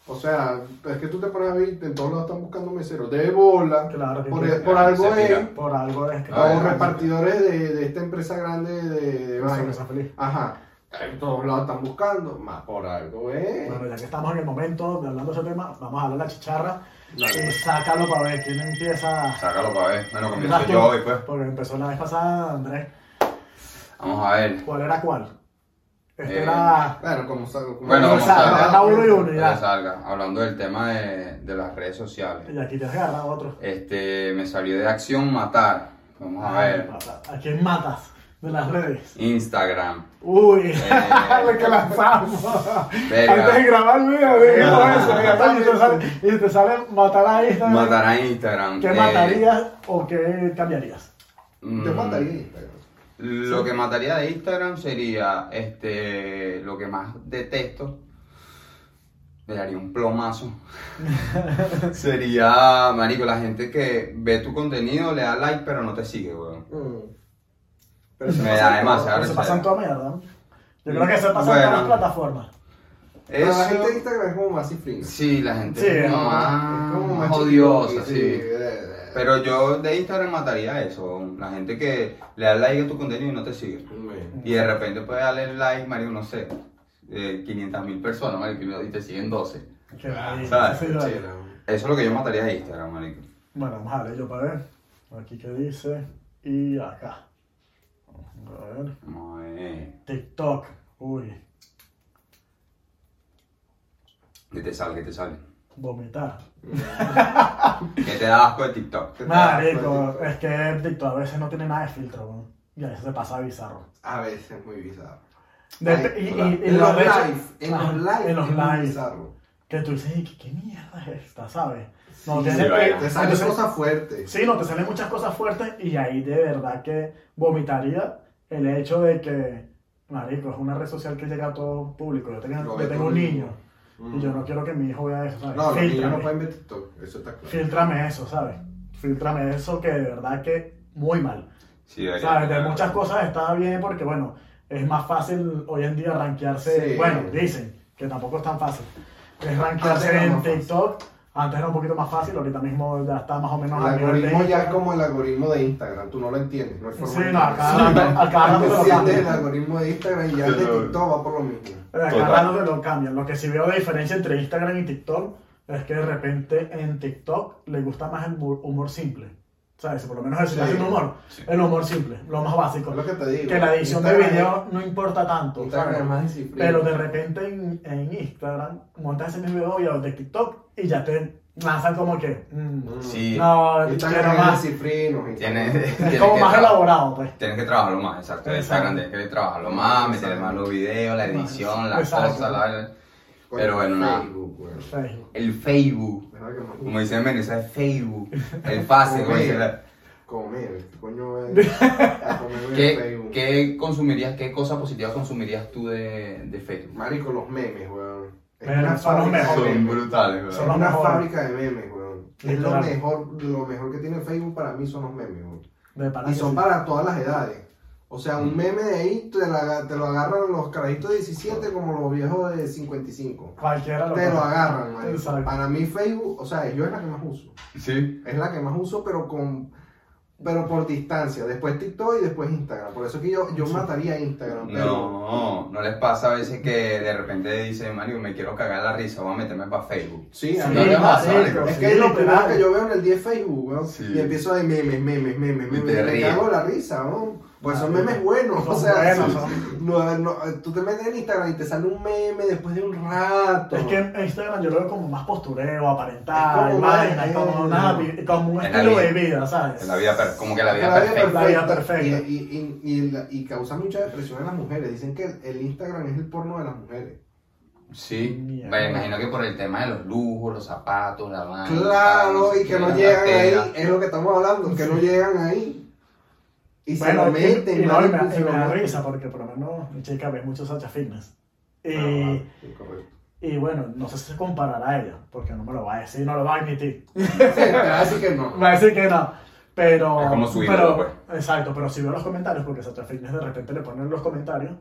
A: O sea, es que tú te pones a ver, en todos lados están buscando meseros de bola.
D: Claro que
A: por,
D: sí.
A: por algo
C: Se
A: es.
C: tira.
D: Por algo es que...
C: A ver,
A: O repartidores de, de esta empresa grande de, de
D: Eso,
A: vaina.
D: eso, feliz.
A: Ajá. En todos lados están buscando. Más por algo es.
D: Bueno, ya que estamos en el momento de hablando de ese tema, vamos a hablar de la chicharra
A: Dale.
D: y sácalo para ver quién empieza...
C: Sácalo para ver. pues. Bueno, comienzo
D: Exacto.
C: yo hoy, pues.
D: Porque empezó la vez pasada, Andrés.
C: Vamos a ver.
D: ¿Cuál era cuál? Este
C: Eh,
D: era...
A: Bueno, como salgo. como-
C: Bueno, vamos
D: Exacto,
C: a-
D: era uno y uno,
C: Que
D: ya.
C: salga. Hablando del tema de, de las redes sociales.
D: Y aquí te has agarrado otro.
C: Este, me salió de acción matar. Vamos
A: Ah,
C: a
D: Ay,
C: ver.
D: papá, ¿A quién matas de las redes?
C: Instagram.
D: Uy,
C: Eh,
D: lo que lanzamos.
C: Verga.
D: Antes de grabar el video, dijimos eso. mira, tal, y, te sale, y te sale matar a Instagram.
C: Matar a Instagram.
D: ¿Qué
C: Eh,
D: matarías o qué cambiarías?
C: mm,
A: Yo mataría Instagram.
C: Lo que mataría de Instagram sería este lo que más detesto. Le daría un plomazo. sería, marico, la gente que ve tu contenido, le da like, pero no te sigue, weón.
A: Mm.
C: Me da
D: Pero
C: demasiada
D: se
C: rechera.
D: pasan toda mierda. Yo creo que se pasan
C: Bueno.
D: todas las plataformas.
A: Pero la
C: Eso-
A: gente de Instagram es como más cifrina.
C: Sí, la gente
D: Sí,
C: es como
D: es
C: más,
A: como más
C: odiosa,
A: chiquito,
C: Ah, sí.
A: eh, eh.
C: Pero yo de Instagram mataría eso, la gente que le da like a tu contenido y no te sigue.
A: Bueno.
C: Y de repente puede darle like, marico, no sé, eh, 500 mil personas, marico, y te siguen 12. Eso
D: Que ahí-
C: sabes,
D: sí, vale.
C: es lo que yo mataría de Instagram, marico.
D: Bueno, vamos a ver yo para ver. Aquí que dice. Y acá. A ver.
C: Vamos a ver,
D: TikTok. Uy.
C: ¿Qué te sale? ¿Qué te sale?
D: Vomitar.
C: ¿Qué te da asco de TikTok?
D: Marico, es que TikTok a veces no tiene nada de filtro, weón. Y a veces se pasa bizarro.
A: A veces muy bizarro.
D: De- este,
A: Ay,
D: y, y-
C: claro.
D: y
A: En
D: lo
A: los
D: de hecho-
A: live, en
D: Ajá,
A: los live.
D: en los
A: es muy
D: live.
A: bizarro.
D: Que tú dices, "Ey, ¿qué, qué mierda es esta, sabes? No,
A: Sí,
D: tiene-
C: sí, vaya.
A: Te salen
D: entonces-
A: cosas fuertes.
D: Sí, no, te salen muchas cosas fuertes y ahí de verdad que vomitaría el hecho de que, marico, es una red social que llega a todo público. Yo
A: Lo
D: tengo,
A: ve
D: yo tengo
A: todo
D: un
A: el
D: niño
A: mundo.
D: y yo no quiero que mi hijo vea eso, ¿sabes?
A: Mm. No, los niños
D: Fíltrame.
A: no pueden ver TikTok, eso está claro.
D: Fíltrame eso, ¿sabes? Filtrame eso que de verdad que muy mal.
C: Sí, debería
D: ¿Sabes? De
C: tener-
D: muchas cosas está bien porque, bueno, es más fácil hoy en día rankearse.
A: Sí.
D: Bueno, dicen que tampoco es tan fácil. Es rankearse
A: Antes era
D: en
A: más fácil.
D: TikTok. Antes era un poquito más fácil, ahorita mismo ya está más o menos
A: El
D: al nivel de
A: algoritmo ya es
D: Instagram.
A: como el algoritmo de Instagram, tú no lo entiendes, no hay forma
D: Sí,
A: de
D: no, a cada
A: entenderlo.
D: rato- a cada rato
A: Tú
D: lo
A: entiendes el
D: cambian.
A: algoritmo de Instagram y ya el de
C: Pero-
A: TikTok va por lo mismo.
D: Pero acá
C: Total.
D: raro que lo cambian. Lo que sí veo de diferencia entre Instagram y TikTok es que de repente en TikTok le gusta más el humor, humor simple. ¿Sabes? Por lo menos eso
A: Sí.
D: está haciendo humor. El humor simple, lo más básico.
A: Es lo que te digo.
D: la edición de
A: Instagram-
D: video no importa tanto.
A: Instagram
D: ¿sabes?
A: es más disciplina.
D: Pero de repente en, en Instagram montas ese mismo video y de TikTok y ya te lanzan como que. mm,
C: Sí,
D: No,
A: Están
D: quiero
A: más
D: más.
A: cifrinos y
C: tienes,
D: Es
C: tienes
D: como
C: que
D: más
C: tra-
D: elaborado, pues.
C: Tienes que trabajarlo más, exacto.
D: Exacto.
C: Instagram tienes que trabajarlo más, meterle más los videos, la edición, las
D: Exacto.
C: cosas, la- Pero bueno, nada.
A: Facebook, weón.
D: Facebook.
C: el Facebook.
A: Deja que me-
C: Como dice en Venezuela, es Facebook. El fácil, como dice la-
A: Comer, ¿qué este coño Ah, es? A comer en
C: ¿Qué,
A: Facebook.
C: qué consumirías, qué cosa positiva consumirías tú de, de Facebook?
A: Marico, los memes, weón. Es
D: Pero
A: una
D: son
A: fábrica
D: los
A: de
D: mejores.
C: Son
A: memes.
C: brutales, ¿verdad?
A: Es
D: Son- los
A: una
D: mejores.
A: fábrica de memes, weón. Es lo
D: Literal.
A: mejor, lo mejor que tiene Facebook para mí son los memes, weón.
D: De pana
A: Y
D: que sí.
A: son para todas las edades. O sea, un
C: Mm.
A: meme de ahí te, la aga- te lo agarran los carajitos de 17 como los viejos de 55.
D: Cualquiera lo
A: Te lo
D: puede.
A: agarran, marico.
D: Exacto.
A: Para mí Facebook, o sea, yo es la que más uso.
C: Sí.
A: Es la que más uso, pero con pero por distancia. Después TikTok y después Instagram. Por eso es que yo, yo mataría Instagram. Pero
C: No, no les pasa a veces que de repente dicen, Mario, me quiero cagar la risa, voy a meterme para Facebook.
A: sí, a
D: Sí,
A: mí
C: No
A: me
C: le
A: pasa.
C: pasa,
D: marico,
C: marico.
A: Es
D: sí,
A: que es lo primero
D: literal.
A: que yo veo en el día de Facebook, weón.
C: Sí.
A: Y empiezo de memes, memes, memes, memes.
C: te
A: Me
C: ríes.
A: cago en la risa, weón. Pues son
D: Marico.
A: memes buenos.
D: Ah, Son
A: o sea,
D: buenos,
A: sí.
D: son-
A: No, no, tú te metes en Instagram y te sale un meme después de un rato.
D: Es que en Instagram yo lo veo como más postureo, aparentar,
A: Es como
D: vaina,
A: más,
D: es como,
A: eh,
D: una vi- como un
C: en la
D: estilo
C: vida.
D: de vida, ¿sabes?
C: En la vida, per- como que la vida
A: La vida
C: perfecta.
A: perfecta.
D: La vida perfecta.
A: Y, y- y- y la- y causa mucha depresión en las mujeres. Dicen que el, el Instagram es el porno de las mujeres.
C: Sí.
D: Mierda.
C: Me imagino que por el tema de los lujos, los zapatos, la mano.
A: Claro, y que no llegan ahí. Es lo que estamos hablando, que no llegan ahí. Y se
D: Bueno,
A: lo
D: y,
A: meten.
D: y no, y
A: marico,
D: me,
A: se
D: y me
A: lo
D: da
A: meten.
D: risa porque por lo menos mi chica ve mucho Sacha Fitness. Y,
A: Ah, sí, correcto.
D: y bueno, no sé si se comparará a ella, porque no me lo va a decir, no lo va a admitir.
A: Te va a decir que no.
D: Va a decir que no. Pero.
C: Es como su
D: pero-
C: ídolo, pues.
D: Exacto, pero si veo los comentarios, porque Sacha Fitness de repente le ponen los comentarios.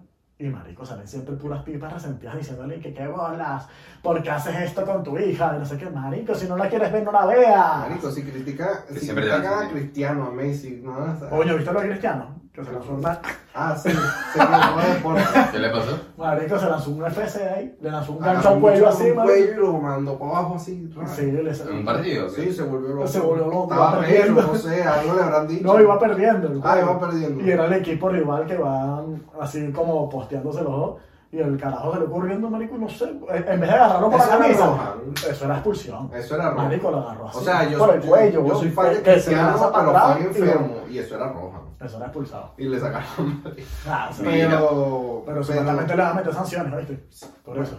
D: Y marico, salen siempre puras pipas resentidas diciéndole que qué bolas, ¿por qué haces esto con tu hija? Y no sé qué, marico, si no la quieres ver, no la veas.
A: Marico, si critica,
C: Que
A: si
C: siempre
A: critican
C: llevan
A: a Cristiano, a Messi, ¿no? O sea,
D: Oye, ¿viste a los cristianos? Que se lanzó una,
A: Ah, sí, se quemó de deporte.
C: ¿Qué le pasó?
D: marico, se lanzó un FC ahí, le lanzó un
A: Agarró
D: gancho al cuello
A: mucho
D: así,
A: Ah, un
D: marico.
A: cuello y lo mandó para abajo así. raro.
D: Sí, le
C: ¿En un partido? o qué?
A: Sí, se volvió loco.
D: Se volvió loco,
A: Estaba
D: iba
A: recho,
D: perdiendo.
A: no sé, algo le habrán dicho.
D: No, iba perdiendo. el
A: Ah,
D: juego.
A: iba perdiendo.
D: Y era el equipo rival que van así como posteándose los dos. Y el carajo se le ocurriendo, marico, no sé. eh, En vez de agarrarlo por la
A: Eso era
D: camisa.
A: roja.
D: Eso era expulsión.
A: Eso era rojo.
D: Marico lo agarró así.
A: O sea, yo,
D: por el
A: yo-
D: cuello.
A: yo,
D: weón,
A: soy fan de
D: que- que se
A: Cristiano,
D: lanza para
A: pero
D: atrás
A: fan
D: y lo-
A: enfermo. Y eso era roja.
D: Eso era expulsado.
A: Y le sacaron.
D: Ah, o sea,
C: Mira,
A: Pero.
D: pero supuestamente le van a meter sanciones, ¿viste? Por eso.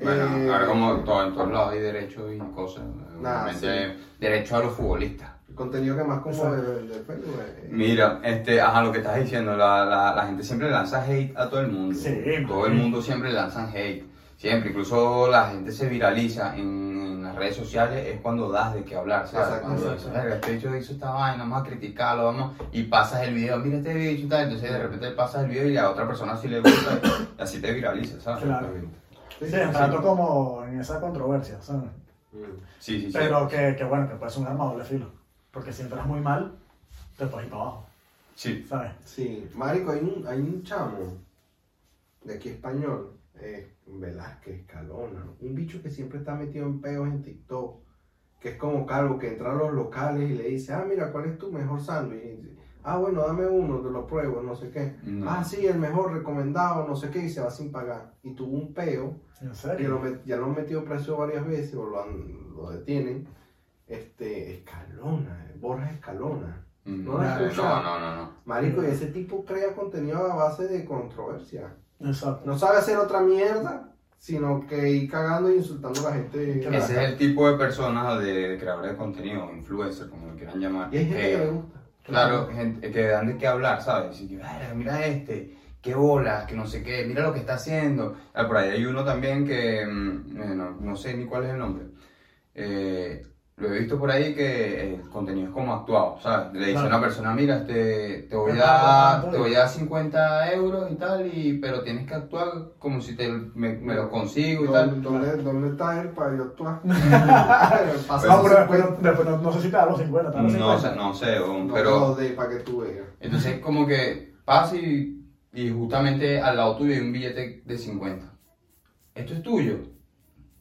C: Bueno,
A: eh,
C: ahora como todo, en todos lados hay derechos y cosas. Obviamente, Derecho a los futbolistas.
A: El contenido que más como
D: Exacto.
A: de, de Facebook. eh.
C: Mira, este, ajá, lo que estás diciendo, la, la, la gente siempre lanza hate a todo el mundo.
D: Sí,
C: todo
D: man.
C: el mundo siempre lanza hate. Siempre, incluso la gente se viraliza en, en las redes sociales, es cuando das de qué hablar, ¿sabes?
A: Exacto,
C: cuando dices,
D: exacto.
C: "Verga, este bicho hizo esta vaina, vamos a criticarlo, vamos, y pasas el video, mira este bicho y tal, entonces de repente pasas el video y a otra persona sí le gusta, y así te viraliza, ¿sabes?
D: Claro.
A: Sí,
D: Sí, entrando como en esa controversia, ¿sabes?
A: Mm.
C: Sí, sí, sí.
D: Pero que, que bueno, que puede ser un arma de doble filo. Porque si entras muy mal, te puedes ir para abajo,
C: Sí.
D: ¿sabes?
A: Sí, Marico, hay un, hay un chamo de aquí español, eh, Velázquez, Calona, un bicho que siempre está metido en peos en TikTok, que es como calvo, que entra a los locales y le dice, ah, mira, ¿cuál es tu mejor sándwich? Y dice, ah, bueno, dame uno, te lo pruebo, no sé qué.
C: No.
A: Ah, sí, el mejor, recomendado, no sé qué, y se va sin pagar. Y tuvo un peo
D: En
A: que lo
D: serio.
A: met- ya lo han metido preso varias veces o lo, han, lo detienen. Este, Escalona, Borja Escalona.
C: Mm,
A: No lo has
C: no,
A: escuchado.
C: no, no, no.
A: Marico, y ese tipo crea contenido a base de controversia.
D: Exacto.
A: No sabe hacer otra mierda, sino que ir cagando e insultando a la gente.
D: Qué
C: Ese es el tipo de personas de creadores de contenido, influencers, como lo quieran llamar.
A: Y hay gente que
C: que-
A: le gusta.
C: eh, Claro, gente que dan de qué hablar, ¿sabes? Y que, "Verga, mira este, qué bolas, que no sé qué, mira lo que está haciendo. Ah, por ahí hay uno también que, mm, eh, no, no sé ni cuál es el nombre. Eh, lo he visto por ahí que el contenido es como actuado, ¿sabes? Le dice
D: Claro.
C: a una persona, mira, este, te, te, voy
D: Te
C: a,
D: pago
C: te voy a dar 50 euros y tal, y, pero tienes que actuar como si te, me, me lo consigo y
A: ¿Dónde,
C: tal.
A: dónde, dónde está él para yo actuar?
C: Pues,
A: Pasa
D: No, Ah, pero después,
A: 50,
D: después no, no sé si te da los 50, te da los 50.
C: No sé, no sé,
A: no
C: pero...
A: lo de para que tú veas.
C: Entonces, como que pasa y, y justamente al lado tuyo hay un billete de 50. ¿Esto es tuyo?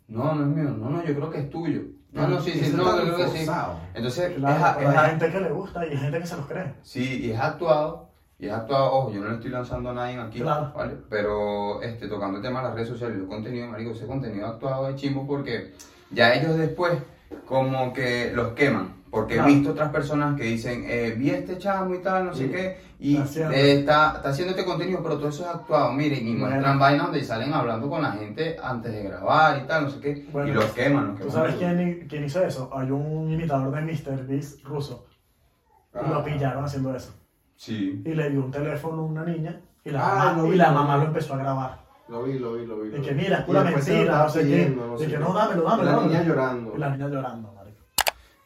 C: No, no es mío. No, no, yo creo que es tuyo. No, no, sí, sí,
A: Eso
C: no,
A: está
C: yo creo que sí.
A: forzado.
C: Entonces,
D: Claro,
C: es a-
D: pero
C: es a-
D: hay gente que le gusta y hay gente que se los cree.
C: sí, y es actuado. Y es actuado, ojo, yo no le estoy lanzando a nadie aquí,
D: Claro.
C: ¿vale? Pero este, tocando el tema de las redes sociales y los contenidos, marico, ese contenido actuado es chimbo porque ya ellos después como que los queman. Porque
D: Claro.
C: he visto otras personas que dicen, eh, vi a este chamo y tal, no sé
A: Sí.
C: qué, y eh,
D: Está
C: está,
D: haciendo.
C: está, haciendo este contenido, pero todo eso es actuado. Miren, y
D: Bueno.
C: muestran vainas donde salen hablando con la gente antes de grabar y tal, no sé qué,
D: Bueno,
C: y los queman, los
D: ¿Tú
C: queman.
D: sabes quién, quién hizo eso? Hay un imitador de Mr. Beast ruso.
A: Ah,
D: y
C: Ah.
D: Lo pillaron haciendo eso.
C: Sí.
D: Y le dio un teléfono a una niña y la,
A: Ah,
D: mamá,
A: lo
D: y
A: vi,
D: la
A: lo
D: mamá
A: vi.
D: lo empezó a grabar.
A: Lo vi, lo vi, lo vi. lo
D: Y que
A: vi.
D: mira, es pura
A: después se lo
D: mentira,
A: estaba
D: no sé qué.
A: pidiendo, no
D: Y
A: sé
D: que
A: qué.
D: no, dámelo, dámelo,
A: Y La
D: dámelo.
A: niña llorando.
D: Y la niña llorando, marico.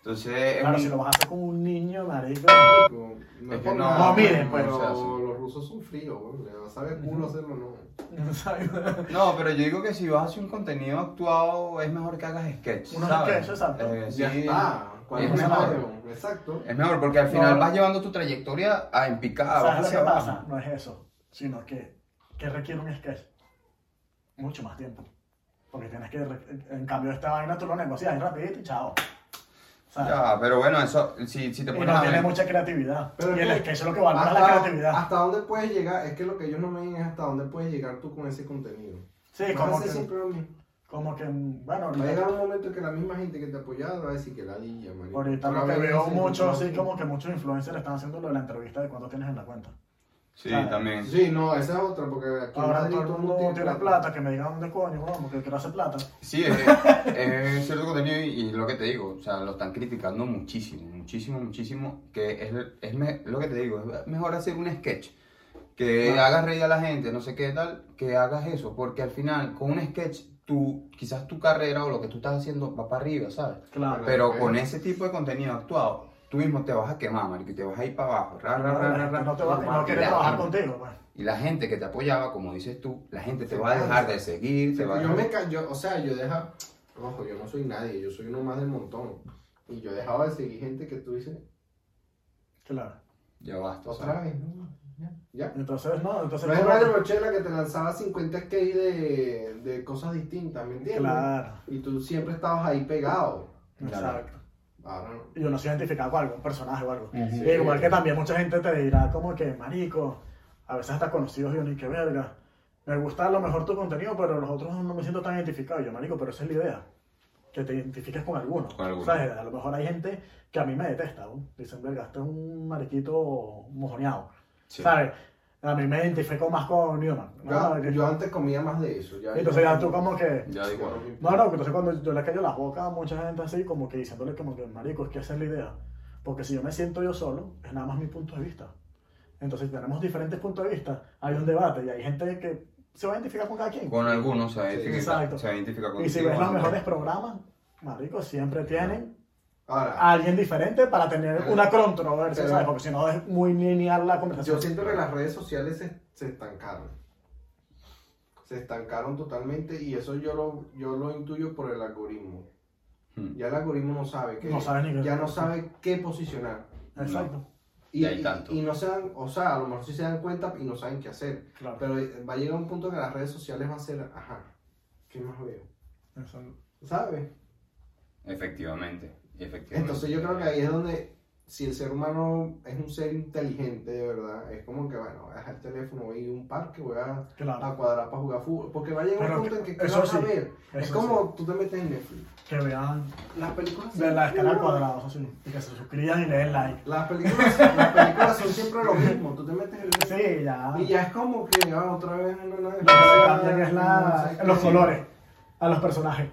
C: Entonces, es
D: Claro,
C: un-
D: si lo vas a hacer con un niño, marico.
A: No,
C: Es
A: es
C: que
A: por
C: no,
A: nada,
D: no, miren, pues,
A: pero
C: o sea, son-
A: los rusos son fríos, güey. Le vas a ver culo hacerlo, no.
D: No sabes.
C: No, pero yo digo que si vas a hacer un contenido actuado, es mejor que hagas sketch.
D: Unos
C: ¿sabes?
D: sketches, exacto.
C: Eh,
A: Ya
C: sí.
A: está. Cuando
C: Es
A: se
C: mejor.
A: mejor. Exacto.
D: Eh,
C: Es mejor porque al final
D: No.
C: vas llevando tu trayectoria Ah, a en picada. vas
D: ¿Sabes lo
C: hacia
D: que
C: abajo.
D: pasa? No es eso, sino que, que requiere un sketch. Mucho más tiempo. Porque tienes que, re- en cambio, esta vaina tú lo negocias y rapidito y chao. ¿Sabes?
C: Ya, pero bueno, eso, si, si te
D: Y
C: pones
D: no
C: a
D: tiene
C: ver.
D: mucha creatividad.
A: Pero
D: y
A: es
D: el
A: que-
D: sketch es lo que valora la
A: Hasta-
D: creatividad.
A: Hasta dónde puedes llegar, es que lo que ellos no me dicen es hasta dónde puedes llegar tú con ese contenido.
D: sí,
A: Vas a
D: como
A: hacer
D: que,
A: siempre lo mismo.
D: como que, bueno,
A: Va a
D: ahorita,
A: llegar un momento que la misma gente que te apoyaba va a decir que la dilla, marico.
D: ahorita
A: Otra
D: lo que
A: vez
D: veo
A: ese
D: mucho,
A: contenido.
D: así como que muchos influencers están haciendo lo de la entrevista de cuánto tienes en la cuenta.
C: Sí,
D: ¿sabes?
C: también.
A: Sí, no, esa es otra, porque aquí en
D: Ahora
A: Madrid
D: todo el mundo tiene plata.
A: plata.
D: que me digan dónde coño, vamos, que quiero hacer plata.
C: Sí, es, es cierto contenido y, y lo que te digo, o sea, lo están criticando muchísimo, muchísimo, muchísimo, que es, es me- lo que te digo, es mejor hacer un sketch, que
A: Claro.
C: hagas reír a la gente, no sé qué tal, que hagas eso, porque al final con un sketch tú, quizás tu carrera o lo que tú estás haciendo va para arriba, ¿sabes?
D: Claro.
C: Pero
A: Ok.
C: con ese tipo de contenido actuado, tú mismo te vas a quemar, marico, y te vas a ir para abajo, ra, ra, ra, ra, ra.
D: no te va, no quiere
C: Y la
D: trabajar
C: gente-
D: contigo, pues.
C: Y la gente que te apoyaba, como dices tú, la gente te
A: Se
C: va a dejar
A: cansa.
C: de seguir, te va a
A: Yo me ca- yo, o sea, yo deja, ojo, yo no soy nadie, yo soy uno más del montón. Y yo he dejado de seguir gente que tú dices,
D: Claro.
C: Ya basta,
A: otra
C: ¿sabes?
A: vez, no, ya, ya.
D: Entonces, no, entonces.
A: No es
D: como-
A: Radio Rochela que te lanzaba 50 K de, de cosas distintas, ¿me entiendes?
D: Claro.
A: Y tú siempre estabas ahí pegado.
C: Claro.
D: Exacto.
A: Ahora no.
D: Y uno se identifica con algo, un personaje o algo.
C: Ujú.
D: Y Igual que también mucha gente te dirá como que, marico, a veces hasta conocidos y uno, y que verga, me gusta a lo mejor tu contenido, pero los otros no me siento tan identificado. Y Yo, marico, pero esa es la idea, que te identifiques con alguno.
C: Con alguno.
D: ¿Sabes? A lo mejor hay gente que a mí me detesta, ¿no? dicen, verga, este es un mariquito mojoneado,
C: Sí.
D: ¿sabes? A mí me identifico más con Newman. ¿no?
A: Yo,
D: Que-
A: yo antes comía más de eso. Ya,
D: Entonces ya tú como que...
C: Ya da igual.
D: No, no, entonces cuando yo le callo la boca a mucha gente así, como que diciéndole como que, marico, es que esa es la idea. Porque si yo me siento yo solo, es nada más mi punto de vista. Entonces si tenemos diferentes puntos de vista, hay un debate y hay gente que se va a identificar con cada quien.
C: Con algunos se identifica,
D: Exacto.
C: se identifica con
D: Y si
C: con
D: ves los
C: otros.
D: mejores programas, marico, siempre tienen
A: Ahora,
D: a alguien diferente para tener una controversia, ¿sabes? Porque si no es muy lineal la conversación.
A: yo siento que las redes sociales se, se estancaron. Se estancaron totalmente y eso yo lo, yo lo intuyo por el algoritmo.
C: Hmm.
A: Ya el algoritmo no sabe qué.
D: No sabe ni qué-
A: ya no sabe qué posicionar.
D: Exacto,
A: Y,
C: Ya hay tanto.
A: y- y no se dan, o sea, a lo mejor sí se dan cuenta y no saben qué hacer.
D: claro.
A: Pero eh, va a llegar un punto que las redes sociales va a ser, ajá, ¿qué más veo?
D: Eso-
A: ¿Sabes?
C: Efectivamente, efectivamente.
A: Entonces yo creo que ahí es donde, si el ser humano es un ser inteligente de verdad, es como que, bueno, voy a dejar el teléfono, voy a ir a un parque, voy a,
D: Claro.
A: a cuadrar para jugar fútbol, porque va a llegar
D: Pero
A: un punto en que ¿qué
D: eso
A: vas a
D: sí,
A: ver? Es
D: eso
A: como tú te metes en Netflix.
D: Que vean
A: Las películas
D: de la escala al
A: cuadrada.
D: cuadrado, eso sí. Y que se suscriban y le den like.
A: Las películas, las películas son siempre lo mismo, tú te metes en Netflix.
D: Sí, ya.
A: Y ya es como que ah, otra vez no, no, no,
D: Lo que se cambian es
A: no
D: la,
A: sé qué.
D: los colores a los personajes.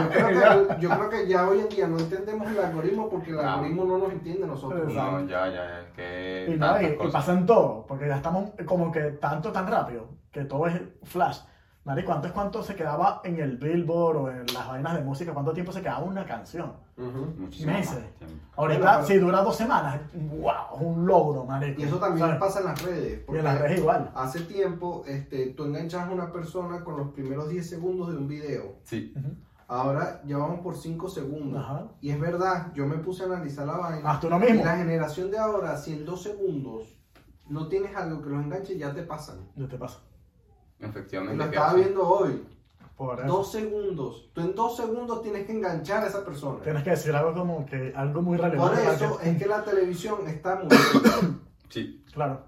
A: Yo creo, que, yo creo que ya hoy en día no entendemos el algoritmo porque el
C: Ah.
A: algoritmo no nos entiende a nosotros.
D: Exacto.
C: No, ya, ya, ya, es
D: Y,
A: Eh,
C: que.
D: no,
C: tantas
D: y- y
C: cosas.
D: pasan todo, porque ya estamos como que tanto, tan rápido, que todo es flash. Marico, antes cuánto se quedaba en el Billboard o en las vainas de música, cuánto tiempo se quedaba una canción.
A: Ujú.
C: Muchísimo
D: meses.
C: más tiempo.
D: Ahorita,
A: Bueno, pero-
D: si dura dos semanas, wow, un logro, marico.
A: Y eso también
D: ¿Sabes?
A: pasa en las redes.
D: Y
A: porque
D: en las redes igual.
A: Hace tiempo este, tú enganchas a una persona con los primeros 10 segundos de un video.
C: Sí,
A: Ahora ya vamos por 5 segundos.
D: Ajá.
A: Y es verdad, yo me puse a analizar la vaina.
D: Haz tú lo mismo.
A: Y la generación de ahora, si en 2 segundos no tienes algo que los enganche, ya te pasan.
D: Yo te paso.
A: Y
C: efectivamente.
A: lo
C: que
A: estaba
C: sí.
A: viendo hoy.
D: Por eso.
A: 2 segundos. Tú en 2 segundos tienes que enganchar a esa persona.
D: Tienes que decir algo como que algo muy relevante.
A: Por
D: para
A: eso
D: que-
A: es que la televisión está muy...
C: Sí,
D: Claro,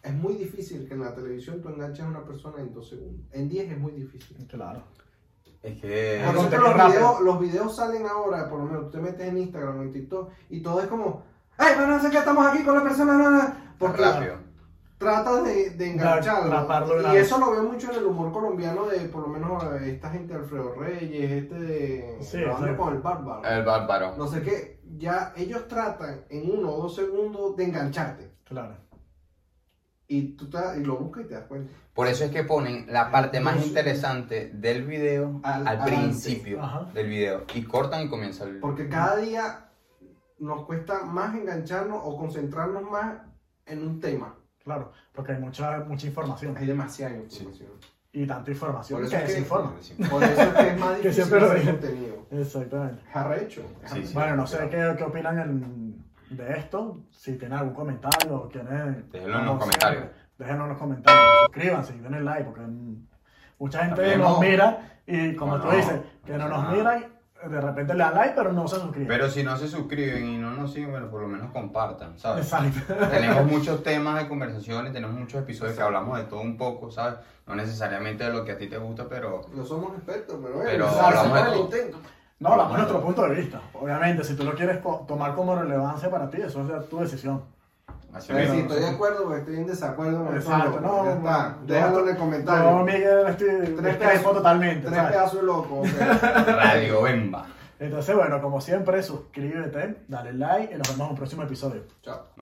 A: es muy difícil que en la televisión tú enganches a una persona en 2 segundos. En 10 es muy difícil.
D: claro.
C: Es que.
A: Por ejemplo,
D: Eso es
A: los,
D: rápido.
A: videos, los videos salen ahora, por lo menos tú te metes en Instagram o en TikTok y todo es como, ¡ay, pero no sé qué estamos aquí con la persona! na, na", porque
C: rápido.
A: tratas de, de engancharlo.
D: atraparlo
A: y
D: grave.
A: eso lo veo mucho en el humor colombiano de, por lo menos, eh, esta gente, Alfredo Reyes, este de.
D: Sí,
A: grabando
D: exacto.
A: con el bárbaro.
C: El bárbaro.
A: No sé qué, ya ellos tratan en uno o dos segundos de engancharte.
D: Claro.
A: Y tú te- y lo buscas y te das cuenta.
C: Por eso es que ponen la parte más
A: Entonces-
C: interesante del video
A: Al-
C: al,
A: adelante.
C: principio
D: Ajá.
C: del video. Y cortan y comienza el.
A: Porque cada día nos cuesta más engancharnos o concentrarnos más en un tema.
D: Claro, porque hay mucha, mucha información.
A: Hay demasiada
C: Sí.
A: información.
D: Y tanta información
A: Por
D: que
A: eso es que-
D: desinforma.
A: Por eso es que es más
D: Que
A: difícil
D: siempre lo
A: hacer
D: digo.
A: contenido.
D: Exactamente.
A: Es arrecho. es
C: Sí,
A: arrecho.
C: sí.
D: Bueno, no sé qué, qué opinan en- de esto. Si tienen algún comentario o quieren.
C: Déjenlo en
D: como
C: los comentarios.
D: siempre, Déjenlo en los comentarios. Suscríbanse y denle like porque mm, mucha gente
C: También
D: nos
C: no.
D: mira y, como
C: No,
D: tú dices, que no
C: no,
D: nos
C: no.
D: miran, de repente le dan like, pero no se suscriben.
C: Pero si no se suscriben y no nos siguen, bueno, por lo menos compartan, ¿sabes?
D: Exacto.
C: tenemos muchos temas de conversaciones, tenemos muchos episodios que hablamos de todo un poco, ¿sabes? No necesariamente de lo que a ti te gusta, pero
A: No somos expertos, pero bueno,
C: Pero
A: se hace
C: hablamos de
A: el
C: todo.
A: intento.
D: No, hablamos de nuestro punto de vista. Obviamente, si tú lo quieres co- tomar como relevancia para ti, eso es de tu decisión.
C: así
A: Pero
C: mismo.
A: si estoy de acuerdo o estoy en desacuerdo, no
D: Exacto, no.
A: ya está.
D: no,
A: Déjalo en el
D: No,
A: comentario.
D: Miguel, estoy
A: Tres
D: discrepo
A: pedazos-
D: totalmente.
A: Tres
D: ¿sabes?
A: pedazos de loco. ok.
C: Radio Bemba.
D: Entonces, bueno, como siempre, suscríbete, dale like y nos vemos en un próximo episodio.
A: Chao.